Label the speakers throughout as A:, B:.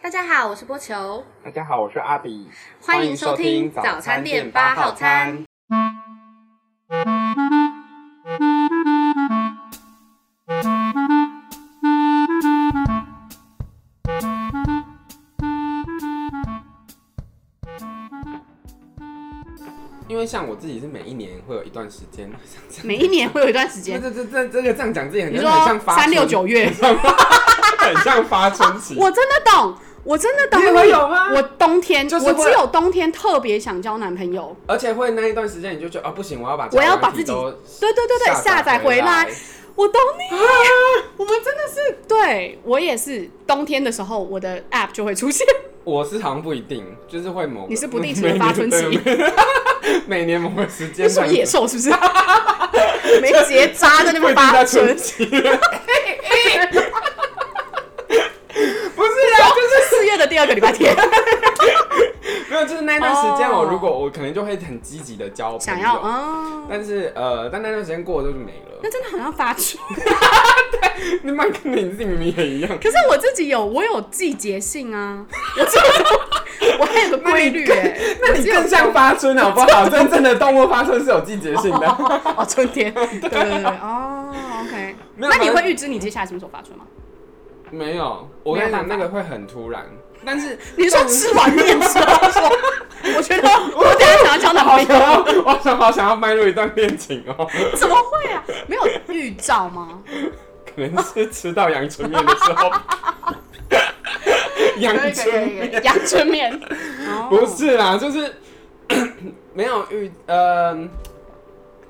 A: 大家好，我是波球，
B: 大家好，我是阿比，
A: 欢迎收听早餐店八号餐。。
B: 因为像我自己是每一年会有一段时间，
A: 每一年会有一段时
B: 这
A: 间，
B: 这这这这个这样讲自己很
A: 你
B: 很
A: 说
B: 像发
A: 三
B: 春
A: 六，九月，
B: 很像发春期。
A: 我真的懂，我真的懂。
B: 你会有吗
A: 我冬天，
B: 就是
A: 我
B: 会
A: 只有冬天特别想交男朋友。
B: 而且会那一段时间，你就觉得哦不行，我要把
A: 我要把自己
B: 交友软体
A: 对对对
B: 都
A: 对，下载回来
B: 来，。
A: 我懂你。
B: 啊
A: 我们真的是，对我也是，冬天的时候我的 app 就会出现。
B: 我是好像不一定，就是会某个
A: 你 是不定期的发春期，
B: 每年对每每年某个时间
A: 你是
B: 段
A: 野 兽是不是？没结扎在那
B: 不一定
A: 边
B: 在
A: 发
B: 春
A: 春，
B: 期，不是啊，
A: 就是四月的第二个礼拜 天，
B: 没有，就是那段时间，
A: 哦
B: 我如果我可能就会很积极的交朋友，
A: 想要哦，
B: 但是呃，但那段时间过了就没了
A: 那。真的好像发春。
B: 你妈跟你自己明明也一样，
A: 可是我自己有，我有季节性 啊，我这我还有个规律哎、
B: 那你更像发春好不好？真正的动物发春是有季节性的。
A: 哦，春天，对对对对，哦，OK。
B: 没有
A: 那你
B: 反
A: 会
B: 正
A: 预知你接下来什么时候发春吗？
B: 没有，我跟你讲，
A: 没
B: 那
A: 有办法
B: 个会很突然。但是
A: 你说吃完面之后， 我 觉得我等一下想要交男
B: 好
A: 朋
B: 想
A: 友，
B: 要， 我想好想要迈入一段恋情哦，
A: 怎么会啊？没有预兆吗？
B: 可能是吃到阳春面的时 候。阳春面。
A: 阳春面，哦
B: 不是啦，就是 没有遇呃，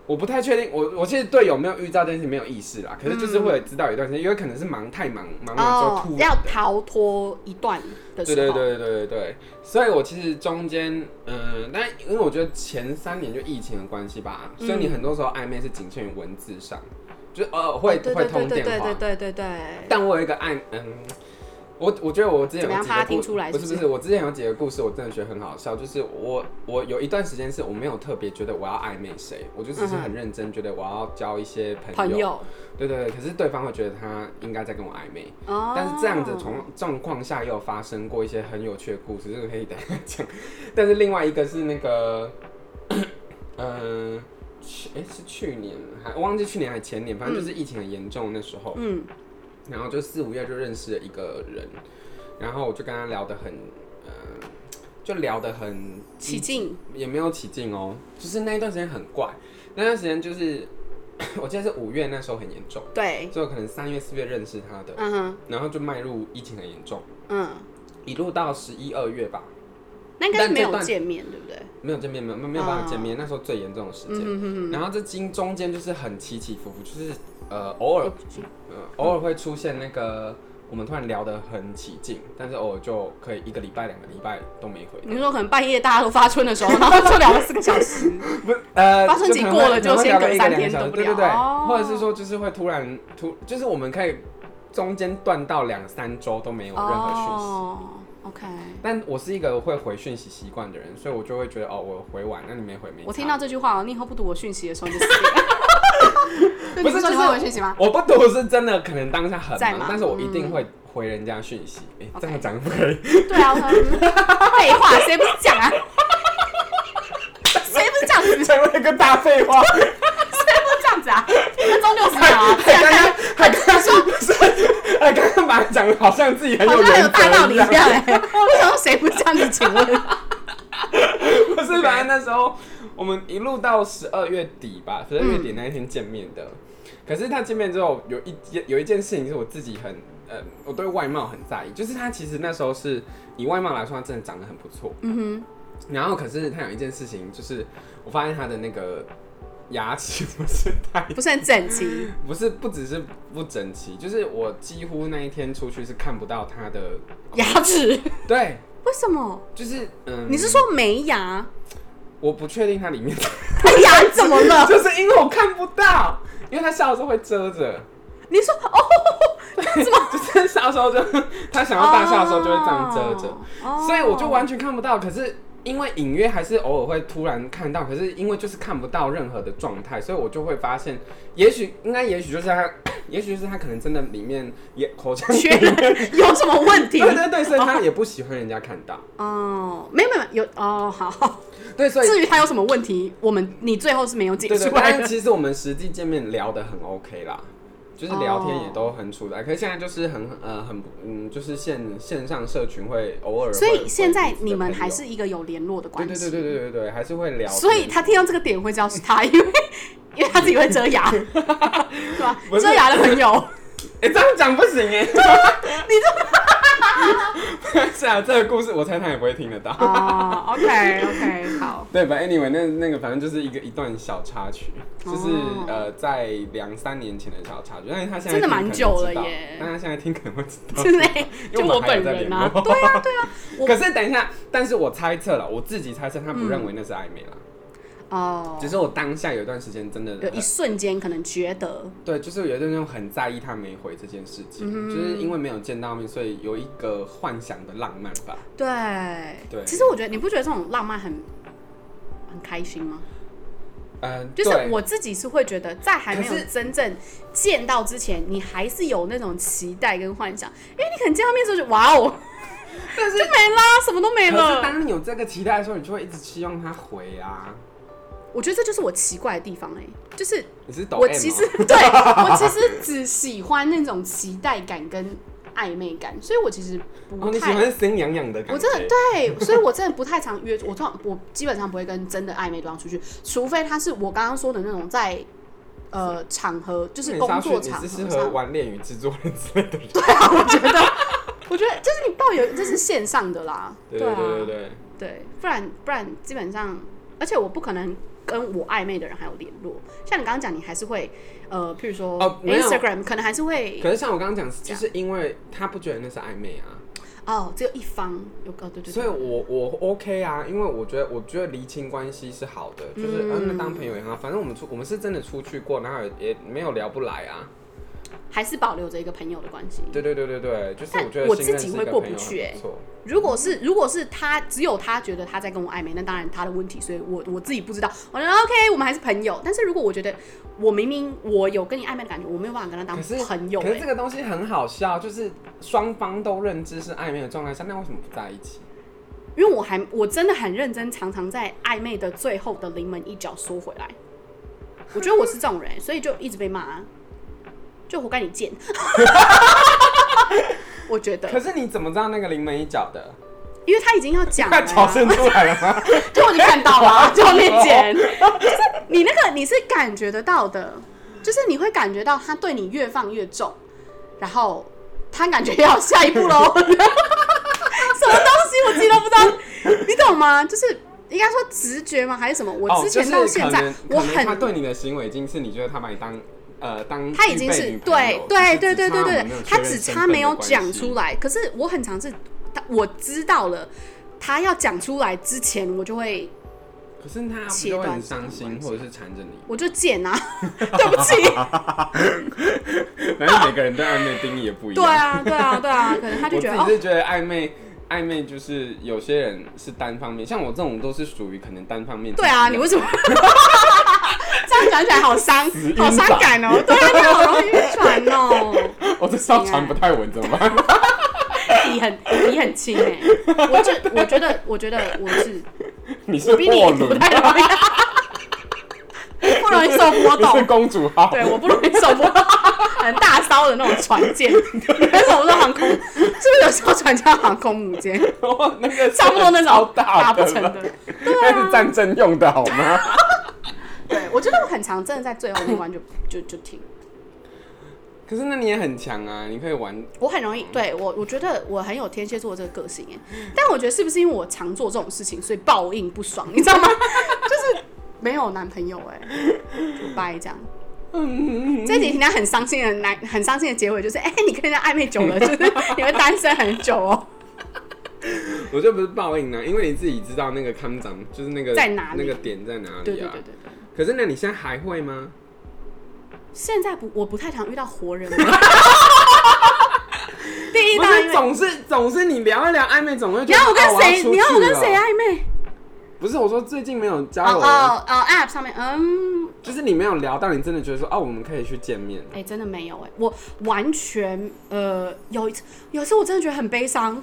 B: 我不太确定，我我其实对有没有遇到这件事没有意识啦，可是就是会有知道一段时间，因为可能是忙太忙，忙完之后
A: 嗯哦
B: 突，然
A: 要
B: 的。
A: 逃脱一段的时
B: 对
A: 候，
B: 对对对对对，所以我其实中间，嗯、但因为我觉得前三年就疫情的关系吧，所
A: 嗯
B: 以你很多时候暧昧是仅限于文字上，就是偶尔会、
A: 哦对
B: 会
A: 对
B: 通
A: 对对
B: 电话，
A: 对对对对对，
B: 但我有一个暗，嗯，我我觉得我之前
A: 怎么
B: 有
A: 样
B: 几
A: 怕
B: 个
A: 他听
B: 故
A: 出来
B: 不
A: 是
B: 是
A: 不
B: 不
A: 是
B: 是，我之前有几个故事，我真的觉得很好笑，就是我我有一段时间是我没有特别觉得我要暧昧谁，我就只是
A: 嗯哼
B: 很认真觉得我要交一些朋友，
A: 朋友，
B: 对对对，可是对方会觉得他应该在跟我暧昧。
A: 哦，
B: 但是这样子的状状况下也有发生过一些很有趣的故事，这个可以等一下讲。但是另外一个是那个， 嗯、呃，去哎、是去年还我忘记去年还前年，反正就是疫情很严重的那时候，
A: 嗯，
B: 然后就四五月就认识了一个人，然后我就跟他聊得很，呃，就聊得很嗯
A: 起劲，
B: 也没有起劲哦，就是那一段时间很怪，那段时间就是 我记得是五月那时候很严重，
A: 对，
B: 所以我可能三月四月认识他的，
A: 嗯哼，
B: 然后就迈入疫情很严重，
A: 嗯，
B: 一路到十一二月吧，
A: 那应该是
B: 但
A: 没
B: 这
A: 有
B: 段
A: 见面，对不对？
B: 没有见面，没有没有办法见面，那时候最严重的时间。
A: 嗯
B: 然后这经中间就是很起起伏伏，就是呃偶
A: 哦
B: 尔呃偶尔会出现那个我们突然聊得很起劲，但是偶尔就可以一个礼拜两个礼拜都没回。
A: 你是说可能半夜大家都发春的时候，然后就聊了四个小时，
B: 不呃，
A: 发生期
B: 就可能
A: 过
B: 会
A: 了就
B: 可能会聊
A: 先
B: 个
A: 隔
B: 一
A: 三
B: 个两
A: 天
B: 个小时
A: 都不
B: 对对
A: 聊
B: 对，
A: 哦
B: 或者是说就是会突然突就是我们可以中间断到两三周都没有任何讯息。
A: 哦，OK，
B: 但我是一个会回讯息习惯的人，所以我就会觉得哦，我回晚，那你没回没差。
A: 我听到这句话哦，你以后不读我讯息的时候你就死定了。 对
B: 不
A: 你
B: 是就
A: 说
B: 是
A: 你会回讯息吗？
B: 我不读是真的，可能当下很
A: 在忙嗯
B: 忙，但是我一定会回人家讯息。哎、
A: OK
B: 这样讲不可以。
A: 对啊，我说嗯废话，谁不是讲啊？谁不是这样子？谁不
B: 成为一个大废 话，
A: 是这样子啊？一分钟六十秒啊，这
B: 还
A: 样
B: 刚刚还
A: 看
B: 刚刚说， 还刚刚把它讲的好像自己很
A: 好
B: 有
A: 像很
B: 原
A: 有大道
B: 则
A: 理
B: 一
A: 这
B: 样。
A: 样哎、为什么谁不这样子？请问？
B: 不是，反正那时候我们一路到十二月底吧，十二月底那一天见面的。可是他见面之后，有一件有一件事情是我自己很呃，我对外貌很在意，就是他其实那时候是以外貌来说，他真的长得很不错。
A: 嗯
B: 然后可是他有一件事情，就是我发现他的那个牙齿不是太
A: 哼，，不是很整齐。
B: 不是不只是不整齐，就是我几乎那一天出去是看不到他的，
A: 牙齿？
B: 对，
A: 为什么？
B: 就是嗯，
A: 你是说没 牙？
B: 我不确定他里面，
A: 他牙怎么 了？
B: 就是因为我看不到，因为他笑的时候会遮着，
A: 你说哦，
B: 就是笑的时候就他想要大笑的时候就会这样遮着，
A: 哦
B: 所以我就完全看不到。可是因为隐约还是偶尔会突然看到，可是因为就是看不到任何的状态，所以我就会发现，也许应该，也许就是他， 也许就是他可能真的里面也口腔
A: 缺人有什么问题
B: 对？对对，所以他也不喜欢人家看到，
A: 哦，没有没有有哦，好。
B: 对，所以
A: 至于他有什么问题，我们你最后是没有解
B: 对对，
A: 出
B: 对
A: 来
B: 但
A: 的。
B: 其实我们实际见面聊得很 OK 啦，就是聊天
A: 哦
B: 也都很处得来。可是现在就是很呃很不嗯，就是线线上社群会偶尔会，
A: 所以现在
B: 会有
A: 你们还
B: 朋
A: 是一个有联络的
B: 友
A: 关
B: 对
A: 系。
B: 对对对对对对，还是会聊天。
A: 所以他听到这个点会知道是他，因为因为他自己会遮牙，对吧？
B: 不是
A: 遮牙的朋友，
B: 哎、这样讲不行哎、你
A: 啊
B: 这 是啊，这个故事我猜他也不会听得到。
A: 哦，OK OK，好，
B: 对吧？Anyway，那那个反正就是一个一段小插曲，就是、
A: 哦
B: 呃，在两三年前的小插曲，但是他现在
A: 真的
B: 听
A: 蛮
B: 可能
A: 久
B: 知
A: 了
B: 道
A: 耶
B: 但他现在听可能会知 道，
A: 之类，
B: 因为
A: 就
B: 我
A: 我
B: 们还有
A: 本
B: 在联
A: 人
B: 络
A: 啊，对啊对 啊，我
B: 可是等一下，但是我猜测了，我自己猜测，他不认为那是暧昧啦，
A: 哦
B: 只，是我当下有一段时间真的
A: 有一
B: 很
A: 瞬间可能觉得，
B: 对，就是有一段时间很在意他没回这件事
A: 嗯
B: 情，就是因为没有见到面，所以有一个幻想的浪漫吧。
A: 对
B: 对
A: 其实我觉得你不觉得这种浪漫很很开心吗？
B: 嗯、
A: 就是
B: 对
A: 我自己是会觉得，在还没有
B: 可是
A: 真正见到之前，你还是有那种期待跟幻想，因为你可能见到面之后就哇哦，
B: 但是
A: 就没啦，什么都没
B: 可是
A: 了。
B: 当你有这个期待的时候，你就会一直希望他回啊。
A: 我觉得这就是我奇怪的地方哎、就是
B: 你是抖
A: 我
B: M
A: 其
B: 哦
A: 实对我其实只喜欢那种期待感跟暧昧感，所以我其实
B: 哦，
A: 不
B: 你喜
A: 太。
B: 欢心痒痒的感觉。
A: 我真的对，所以我真的不太常约，我通常我基本上不会跟真的暧昧对象出去，除非他是我刚刚说的那种在呃场合，就是
B: 你
A: 工
B: 要去
A: 作场
B: 你是
A: 合
B: 适
A: 上。啊
B: 合玩恋与制作人之类的人。
A: 我觉得就是你抱有这是线上的啦，
B: 对对对对
A: 啊，
B: 对。
A: 对，不然不然基本上，而且我不可能跟我暧昧的人还有联络。像你刚刚讲，你还是会呃，譬如说、
B: 哦没有
A: Instagram 可能还是会
B: 可是像我刚刚讲，就是因为他不觉得那是暧昧啊，
A: 哦，只有一方有个对对
B: 所
A: 对，
B: 以我我 OK 啊，因为我觉得我觉得厘清关系是好的，就是嗯、
A: 嗯
B: 呃那当朋友也很好，反正我们出我们是真的出去过，然后也也没有聊不来啊。
A: 还是保留着一个朋友的关系。
B: 对对对对对，就是
A: 但
B: 我觉得
A: 我
B: 信
A: 自
B: 任
A: 己
B: 是一
A: 会
B: 个
A: 过
B: 朋
A: 不
B: 友
A: 去
B: 很
A: 欸
B: 不错。
A: 如果是如果是他只有他觉得他在跟我暧昧，那当然他的问题，所以我我自己不知道。我觉得 OK，我们还是朋友。但是如果我觉得我明明我有跟你暧昧的感觉，我没有办法跟他当
B: 可是
A: 朋友、
B: 可是
A: 欸
B: 这，个东西很好笑，就是双方都认知是暧昧的状态下，那为什么不在一起？
A: 因为我还我真的很认真，常常在暧昧的最后的临门一脚缩回来。我觉得我是这种人， 所以就一直被骂啊，就活该你贱。 我觉得
B: 可，是你怎么知道那个临门一脚的？
A: 因为他已经要讲了、
B: 快
A: 啊
B: 脚，伸出来了吗？
A: 就我已经看到了 啊，就我面前，就是你那个你是感觉得到的，就是你会感觉到他对你越放越重，然后他感觉要下一步 喽，什么东西我自己都不知道，你懂吗？就是应该说直觉吗？还是什么？我之前到现在，
B: 哦就是可
A: 我
B: 能可能他
A: 很。
B: 对你的行为已经是你觉得他把你当呃当
A: 他已经
B: 预备
A: 是
B: 女朋
A: 对
B: 友
A: 对对对对对，他只
B: 只
A: 差没有讲
B: 来。
A: 出来。可是我很常是，他我知道了，他要讲出来之前，我就会
B: 可是他不就会很伤心，或者是缠着 你。
A: 我就贱啊， 对不 起，
B: 反正每个人对暧昧的定义也不一
A: 对
B: 样。
A: 啊，对啊，对啊，可能他
B: 我
A: 就
B: 自
A: 觉得
B: 己
A: 哦，
B: 是觉得暧昧，暧昧就是有些人是单方面，像我这种都是属于可能单方面。
A: 对啊，你为什么 这样讲起来好伤，
B: 晕
A: 好伤感哦？对啊，你好容易晕船哦，
B: 我这艘船不太稳，怎么 办？
A: 你很你很轻哎，我觉我觉得我觉得我是
B: 你是
A: 我比你
B: 货
A: 不
B: 轮，
A: 太容易，不容易 受波
B: 你是
A: 动。
B: 公主号。
A: 对，我不容易受波动，很大艘的那种船 舰，那种说航空，是不是有时候船叫航空母舰？
B: 哇那个
A: 差不多那
B: 超
A: 种
B: 大
A: 不
B: 的
A: 成
B: 吧
A: 的。
B: 那是战争用的好吗？
A: 对，我觉得我很常真的在最后面关就就就停，
B: 可是那你也很强啊，你可以玩。
A: 我很容易对我，我觉得我很有天蝎座这个个性哎，但我觉得是不是因为我常做这种事情，所以报应不爽，你知道吗？就是没有男朋友哎，就掰这样。这一集听到很伤心的男，很伤心的结尾就是，哎、你跟人家暧昧久了，就是你会单身很久哦。
B: 我这不是报应啊，因为你自己知道那个康长就是那个
A: 在哪里
B: 那个点在哪里啊。
A: 对对对对对，
B: 可是那你现在还会吗？
A: 现在不，我不太常遇到活人。第一
B: 不
A: 大因
B: 是，
A: 为，
B: 总是总是你聊一聊暧昧，总会觉
A: 你
B: 得
A: 要我跟
B: 哦
A: 谁？
B: 要出
A: 你要我
B: 去
A: 跟
B: 了
A: 谁暧昧？啊
B: 不是我说最近没有
A: 哦
B: 交友了，
A: 哦哦，App 上面，嗯，
B: 就是你没有聊到，你真的觉得说啊，我们可以去见面。
A: 哎、真的没有哎、我完全呃有一次，有一次我真的觉得很悲伤。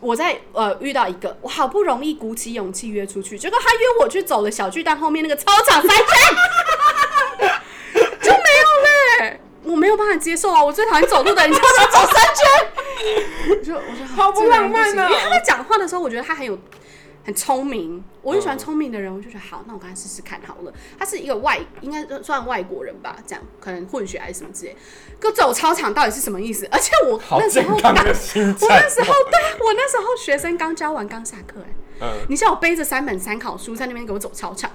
A: 我在呃遇到一个，我好不容易鼓起勇气约出去，结果他约我去走了小巨蛋后面那个操场三圈，就没有嘞、欸我没有办法接受啊！我最讨厌走路的人，你叫我走三圈， 我就我就
B: 好不浪漫啊
A: 因为他在讲话的时候，我觉得他很有很聪明，
B: 嗯
A: 我很喜欢聪明的人，我就觉得好，那我跟他试试看好了。他是一个外，应该算外国人吧，这样可能混血还是什么之类。可走操场到底是什么意思？而且我
B: 好
A: 那时
B: 健
A: 候
B: 康
A: 刚，
B: 的哦
A: 我
B: 心
A: 那
B: 态。
A: 时候对我那时候学生刚教完刚下课、哎，
B: 嗯，
A: 你像我背着三本参考书在那边给我走操场，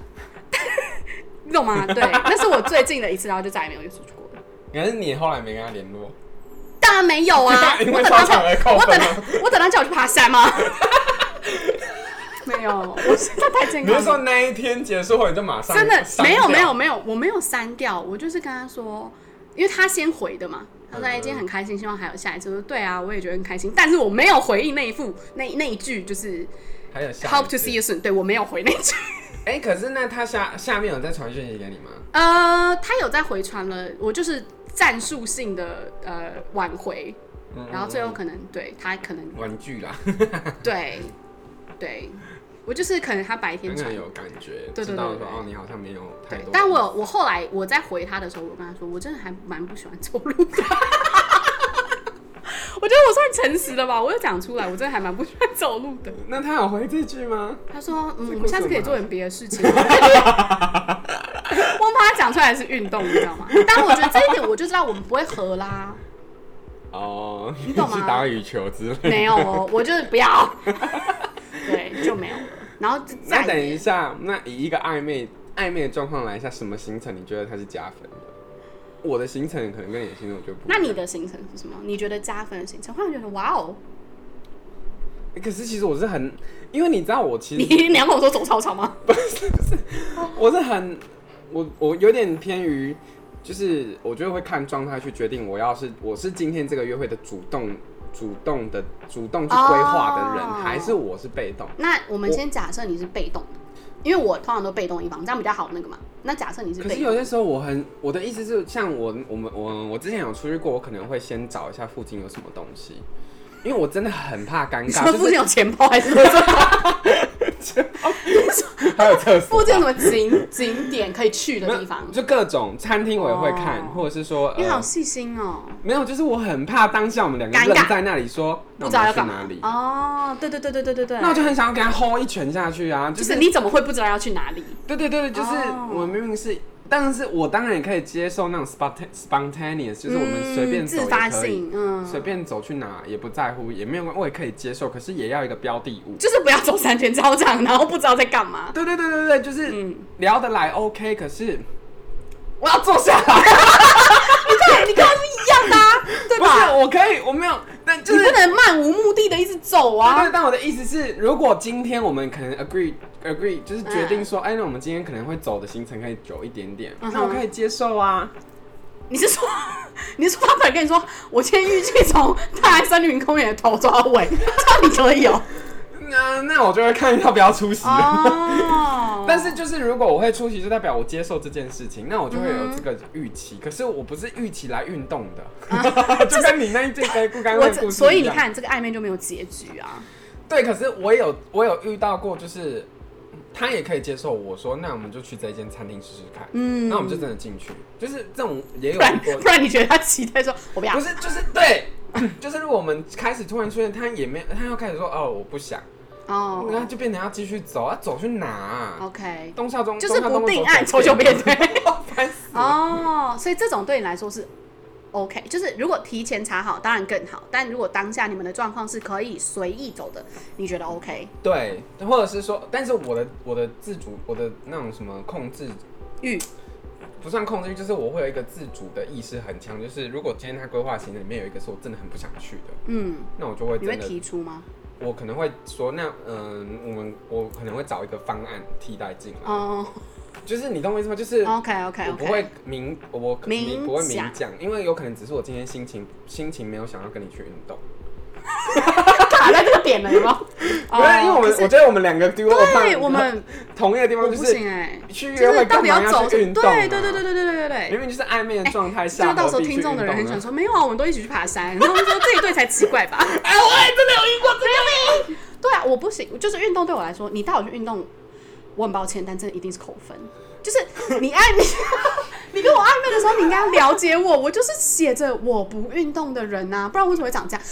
A: 你懂吗？对，那是我最近的一次，然后就再也没有约出去过了。
B: 可是你后来没跟他联络，！
A: 当然没有啊
B: 因
A: 我
B: 为
A: 等他
B: 操场而
A: 叫，
B: 扣
A: 我
B: 分啊
A: 等
B: 吗
A: 他，我等他叫我去爬山吗？ 没有，我现在太健
B: 你
A: 康
B: 是
A: 了。
B: 说那一天结束后你就马上
A: 真的
B: 删
A: 没有
B: 掉
A: 没有？没有，我没有删掉，我就是跟他说，因为他先回的嘛，他说哎、
B: 嗯
A: 今天很开心，希望还有下一次。我说对啊，我也觉得很开心，但是我没有回应那一副 那那一句就是
B: 还有下一
A: hope to
B: 次
A: see you soon，对我没有回那一句。
B: 哎、可是那他下下面有在传讯息给你吗？
A: 呃，他有在回传了，我就是战术性的呃挽回，
B: 嗯
A: 然后最后可能对他可能
B: 玩具啦，
A: 对对，我就是可能他白天
B: 真
A: 传
B: 的。有感觉，
A: 对对对
B: 知道
A: 对
B: 说哦，你好像没有太
A: 对
B: 多。，
A: 但我我后来我在回他的时候，我跟他说，我真的还蛮不喜欢走路的。 我觉得我算诚实了吧，我有讲出来，我真的还蛮不喜欢走路的。
B: 那他有回这句吗？
A: 他说，嗯，
B: 这
A: 我
B: 故
A: 们
B: 事
A: 下次可以
B: 蛮好
A: 做点别的事情。我很怕他讲出来是运动，你知道吗？但我觉得这一点，我就知道我们不会合啦。
B: 哦，
A: 你懂吗
B: 是打羽球之 类。
A: 没有 哦，我就是不要。对，就没有了。然后
B: 那
A: 再
B: 等
A: 也
B: 一下，那以一个暧昧暧昧的状况来一下，什么行程你觉得它是加分的？我的行程可能跟你的行程我就不一样。
A: 那你的行程是什么？你觉得加分的行程？我然觉得哇哦，
B: 欸可是其实我是很，因为你知道我其
A: 你
B: 实
A: 你要跟我说走操场吗？
B: 我是很，我我有点偏于，就是我觉得会看状态去决定我要是我是今天这个约会的主动主动的主动去规划的人
A: 哦
B: 还是我是被动。
A: 那我们
B: 我
A: 先假设你是被动的，因为我通常都被动一方，这样比较好那个嘛。那假设你是
B: 可是
A: 被
B: 有
A: 动，
B: 些时候，我很我的意思是，像我我们我我之前有出去过，我可能会先找一下附近有什么东西，因为我真的很怕尴
A: 你
B: 尬
A: 说，
B: 就
A: 附
B: 是
A: 近有钱包还是什 么？
B: 还有厕所
A: 附
B: 吧，
A: 近有什么景景点可以去的地方
B: 那？就各种餐厅我也会看，
A: 哦
B: 或者是说
A: 你好
B: 呃
A: 细心哦，
B: 没有，就是我很怕当下我们两个
A: 尴尬
B: 愣在那里说，那
A: 不
B: 我
A: 知道
B: 们
A: 要
B: 要去
A: 干
B: 哪
A: 嘛
B: 里？
A: 哦。对对对对对对对，
B: 那我就很想要给他轰一拳下去啊！就
A: 就是是你怎么会不知道要去哪里？
B: 对对对，就是
A: 哦
B: 我明明是，但是我当然也可以接受那种 spont- spontaneous，就是我们随便
A: 嗯
B: 走
A: 自
B: 也
A: 发
B: 可以，
A: 性，嗯，
B: 随便走去哪也不在乎，也没有关，我也可以接受，可是也要一个标的物。
A: 就是不要走三圈操场，然后不知道在干嘛。
B: 对对对对对，就是
A: 嗯，
B: 聊得来 OK，可是我要坐下 来，
A: 对，你跟我是一样的、啊，对
B: 不是
A: 吧？
B: 我可以，我没有，但就是
A: 你不能漫无目的的一直走
B: 对
A: 啊
B: 对，。但我的意思是，如果今天我们可能 agree agree，就是决定说，哎、那我们今天可能会走的行程可以久一点点，
A: 嗯嗯哼
B: 那我可以接受啊。
A: 你是说， 你是说他本来跟你说，我今天预计从大安森林公园的头走到尾， 这样你可以哦、
B: 那嗯啊那我就会看要不要出席了。
A: 哦
B: 但是就是如果我会出席，就代表我接受这件事情，那我就会有这个预
A: 嗯
B: 期。可是我不是预期来运动 的，就跟你那一件该不该
A: 啊我
B: 问故事一
A: 这
B: 样
A: 所以你，看这个暧昧就没有结局啊。
B: 对，可是我有我有遇到过，就是他也可以接受我说，那我们就去这间餐厅试试看。
A: 嗯，
B: 那我们就真的进去，就是这种也有
A: 不然
B: 过
A: 不然你觉得他期待说，我不要
B: 啊不，是，就是对， 就是如果我们开始突然出现，他也没，他要开始说哦，我不想，那、
A: 哦
B: 就变成要继续走，啊，走去哪、啊？
A: ，OK，
B: 东校中
A: 就是不定案，
B: 中
A: 求
B: 校
A: 求
B: 东路
A: 别
B: 走
A: 对。
B: 烦死了。
A: 哦，所以这种对你来说是 OK，就是如果提前查好，当然更好。但如果当下你们的状况是可以随意走的，你觉得 OK？
B: 对，或者是说，但是我的我的自主，我的那种什么控制，
A: 欲
B: 不算控制欲，就是我会有一个自主的意识很强，就是如果今天他规划行程里面有一个是我真的很不想去的，
A: 嗯，
B: 那我就会
A: 你会
B: 真的，
A: 提出吗？
B: 我可能会说，那嗯、我们我可能会找一个方案替代进来，
A: 哦
B: 就是你懂我意思吗？就是
A: ，OK OK
B: 我不
A: OK，
B: 会明，我可
A: 明
B: 明不会明
A: 讲
B: 讲，因为有可能只是我今天心情心情没有想要跟你去运动。
A: 卡在这个点了，有没有？
B: 不是，因为我们
A: 哦可是
B: 我觉得我们两个 duo
A: 对
B: 胖
A: 我们
B: 同一个地
A: 我
B: 方就
A: 不
B: 是
A: 行哎，
B: 去约
A: 就
B: 会
A: 是到
B: 干
A: 底
B: 嘛
A: 要走
B: 要去
A: 对
B: 运动、啊？
A: 对对对对对对对对哎
B: 明。明就是暧昧的状态
A: 就
B: 下，
A: 是到时
B: 何
A: 候
B: 必去
A: 听众的人很
B: 运动
A: 想
B: 呢，
A: 说，没有啊，我们都一起去爬山。然后我就说这一对才奇怪吧。
B: 哎，我也真的有遇过这个。
A: 对啊，我不行，就是运动对我来说，你带我去运动，我很抱歉，但真的一定是扣分。就是你暧昧， 你跟我暧昧的时候，你应该要了解我，我就是写着我不运动的人呐、不然我为什么会长这样？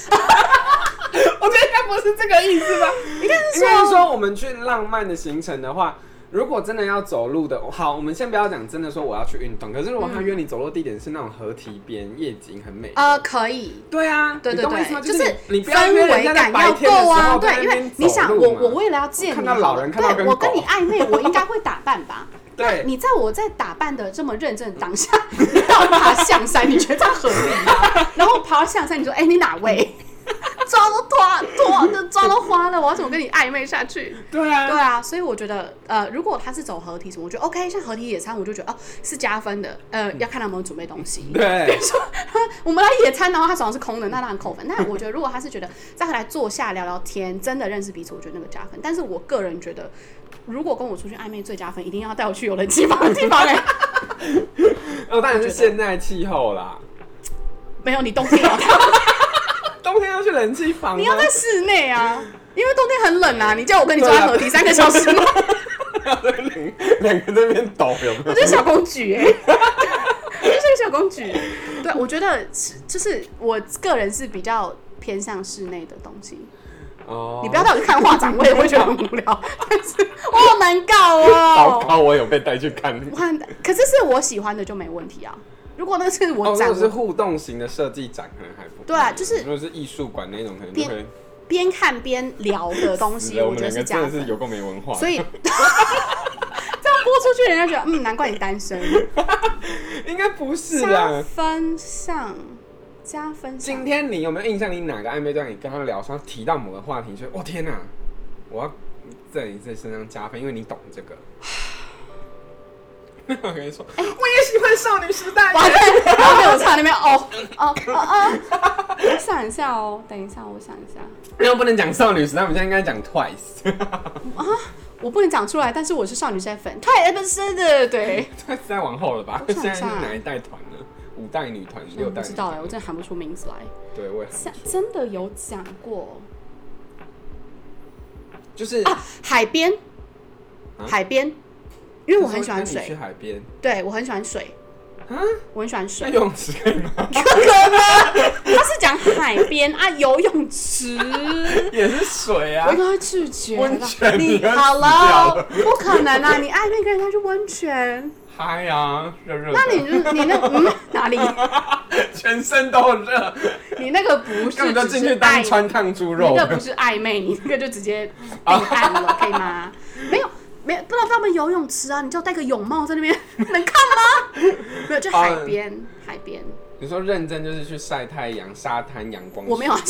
B: 我觉得应
A: 哎
B: 该不是这个意 思吧？应该
A: 是说
B: 说，我们去浪漫的行程的话，如果真的要走路的，好，我们先不要讲真的说我要去运动，可是如果他约你走路的地点是那种河堤边，夜景很美。
A: 呃，可以，
B: 对啊，
A: 对
B: 你
A: 对
B: 懂我意思吗
A: 对，
B: 就是你你不要
A: 氛
B: 约人
A: 围
B: 家
A: 感
B: 在
A: 要
B: 白天的时
A: 够啊，
B: 候在
A: 对，
B: 那
A: 因为
B: 边
A: 你
B: 走
A: 想
B: 路
A: 我
B: 嘛
A: 我为了要见
B: 看
A: 你
B: 到
A: 好了，
B: 老人看到
A: 对
B: 跟
A: 我跟
B: 狗
A: 你暧昧，我 应该会打扮吧。那
B: 对，
A: 你在我在打扮的这么认真的当下，你让我爬象山，你觉得这样合理吗？然后爬到象山，你说：“哎、你哪位？” 妆都脱脱的，妆都花了，我要怎么跟你暧昧下去？
B: 对啊，
A: 对啊，所以我觉得，呃，如果他是走合体什么，我觉得 OK，像合体野餐，我就觉得哦是加分的。呃，要看他有没有准备东西。
B: 对，
A: 我们来野餐，然后他手上是空的，那当然扣分。但我觉得，如果他是觉得再来坐下聊聊天，真的认识彼此，我觉得那个加分。但是我个人觉得，如果跟我出去暧昧最加分，一定要带我去有人气房的地方、欸。哎，
B: 哦，当然是现在气候啦，
A: 没有你冬天也要看，
B: 冬天要去冷气房吗，
A: 你 要在室内啊，因为冬天很冷啊。你叫我跟你坐
B: 对
A: 在
B: 啊
A: 河堤三个小时吗？
B: 两个在那边抖，有没
A: 我
B: 有？
A: 就是小公举哎、欸，我 就是个小公举。对，我觉得是就是我个人是比较偏向室内的东西。
B: 哦
A: 你不要带我去看画展，我也会觉得很无聊。但是我好难搞哦、
B: 糕，我有被带去看。
A: 我看，可是是我喜欢的就没问题啊。如果那是我
B: 哦，如
A: 展
B: 果是互动型的设计展，可能还不
A: 对啊就是
B: 如果是艺术馆那种，可能就会
A: 边看边聊的东
B: 死
A: 西，
B: 了。我
A: 我
B: 们
A: 觉得
B: 两个
A: 是加
B: 真的
A: 分。
B: 是有够没文化。
A: 所以 这样播出去，人家觉得嗯，难怪你单身。
B: 应该不是
A: 加
B: 啊。
A: 分上，加分上
B: 今。天你有没有印象？你哪个暧昧对象你跟他聊，说他提到某个话题，你觉得哦天哪、我要在你这身上加分，因为你懂这 个。 我跟你说， 我也喜欢少女时代。
A: 完了，然后被我唱那边哦哦哦哦，我想一下哦，等一下，我想一下，
B: 因为不能讲少女时代，我们现在应该讲 Twice。
A: 我不能讲出来，但是我是少女时代粉，太 M 是的， 对，
B: Twice 再往后了吧？
A: 我
B: 哎现在
A: 想一下
B: 是哪一代团呢？五代女团，
A: 我
B: 六代女
A: 不知道哎，
B: 团
A: 我真的喊不出名字来，
B: 对，我也很
A: 像真的有讲过
B: 就是
A: 啊，海边，
B: 啊
A: 海边，因为我很喜欢
B: 那你去
A: 水，
B: 海边
A: 对我很喜欢水，
B: 啊？
A: 我很喜欢
B: 那
A: 水
B: 游，泳池可以啊吗？
A: 他是讲海边啊，游 泳池。
B: 也是水
A: 我
B: 啊
A: 应。该会拒绝
B: 温
A: 吧
B: 泉你
A: 你
B: 要
A: 好
B: 死掉
A: 了
B: 了，
A: 不可能啊！你暧昧跟人家去温泉，
B: 嗨啊，热热的。
A: 那你就是你那嗯 哪里？
B: 全身都很热，
A: 你那个不是
B: 根本就
A: 只
B: 进
A: 是
B: 去
A: 暧
B: 当穿烫猪
A: 你
B: 肉啊
A: 那。个不是暧昧，你那个就直接定案了，可 以吗？没有，没有，不能放我们游泳池啊！你就戴个泳帽在 那边，能看吗？没有，
B: 啊
A: 就海边，海边，
B: 你说认真就是去晒太阳、沙滩、阳光。
A: 我没 有啊，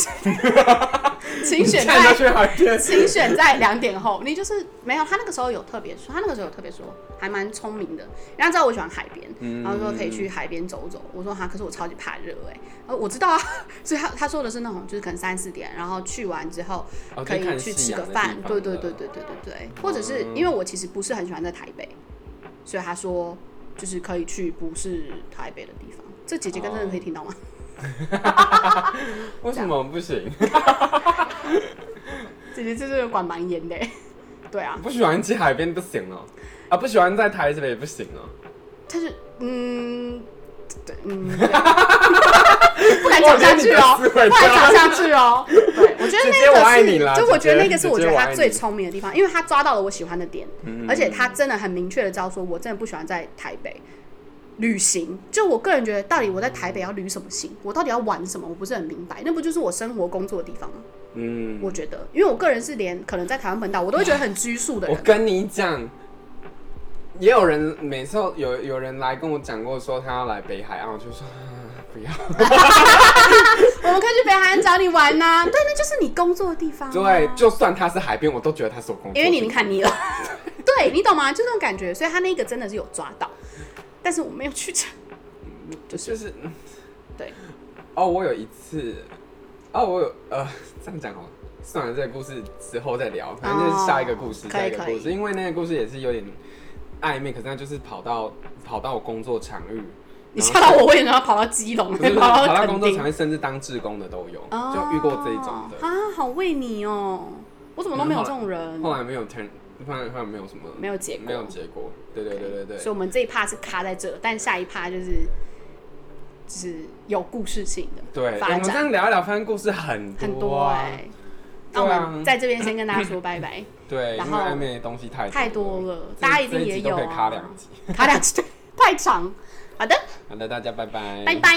A: 请
B: 你
A: 选
B: 现在就
A: 在，
B: 去海边。
A: 请选在两点后。你就是没有，他那个时候有特别说，他那个时候有特别说，还蛮聪明的。人家知道我喜欢海边，
B: 嗯
A: 然后说可以去海边走走。我说哈，可是我超级怕热哎、欸。呃，我知道啊，所以他他说的是那种，就是可能三四点，然后去完之后
B: 哦
A: 可
B: 就看
A: 以去
B: 夕
A: 吃
B: 阳
A: 个
B: 的地
A: 饭，
B: 方
A: 对
B: 了
A: 对对对对对对，或者是
B: 嗯
A: 因为我其实不是很喜欢在台北，所以他说就是可以去不是台北的地方。这姐姐跟真
B: 哦
A: 的可以听到吗？
B: 为什么不行？
A: 姐姐这是管蛮严的欸、对啊，
B: 不喜欢去海边不行哦，啊，不喜欢在台北不行 哦。
A: 她是嗯。对，嗯，对 不敢讲下去哦，
B: 我觉得你的思维
A: 不敢讲下去 哦。对，我觉得
B: 姐
A: 那
B: 姐
A: 个
B: 我
A: 是，
B: 爱你啦
A: 就我觉
B: 姐
A: 得
B: 姐
A: 那个是我觉
B: 姐姐
A: 得
B: 我
A: 他
B: 爱你
A: 最聪明的地方，因为他抓到了我喜欢的点，
B: 嗯
A: 而且他真的很明确的知道说，我真的不喜欢在台北旅行。就我个人觉得，到底我在台北要旅什么行？我到底要玩什么？我不是很明白。那不就是我生活工作的地方吗？
B: 嗯，
A: 我觉得，因为我个人是连可能在台湾本岛，我都会觉得很拘束的
B: 我
A: 人。
B: 跟你讲，也有人每次都有有人来跟我讲过，说他要来北海岸，我就说、 啊、不要。
A: 我们可以去北海岸找你玩 呐、对，那就是你工作的地方、啊。
B: 对，就算他是海边，我都觉得他是我工作。
A: 因为你已经，看腻了， 对你懂吗？就那种感觉，所以他那个真的是有抓到，但是我没有去成，就是
B: 就是嗯
A: 对，
B: 哦，我有一次，哦，我有呃，这样讲哦，算了，这个故事之后再聊，反正就是下一个故事，
A: 哦
B: 下一个
A: 可以
B: 故
A: 可
B: 事，因为那个故事也是有点暧昧，可是他就是跑到跑到我工作场 域，
A: 你
B: 然后
A: 吓到我，我以为你要跑到基隆，
B: 不是不是
A: 跑
B: 跑
A: 到
B: 到工
A: 垦
B: 作场
A: 丁，
B: 域，甚至当志工的都有，
A: 哦
B: 就遇过这一种的。
A: 啊，好为你哦，我怎么都没有这种人，
B: 后来没有 turn，后来后来没有什么，
A: 没有结果
B: 没有结果。对对对对对。
A: 所以我们这一趴是卡在这，但下一趴就是就是有故事性的
B: 对，我
A: 发
B: 们这
A: 展
B: 样聊一聊，发现故事很多、啊、
A: 很多哎、那我
B: 对啊
A: 们在这边先跟大家说拜 拜，
B: 对，
A: 然
B: 因为
A: 后
B: 暧昧的东西太
A: 太
B: 多
A: 多
B: 了，
A: 了，
B: 这
A: 大家一
B: 这
A: 定也
B: 集都
A: 有
B: 可以卡
A: 啊，
B: 两集。
A: 卡两集太长。好的，
B: 好的，大家拜拜，
A: 拜拜。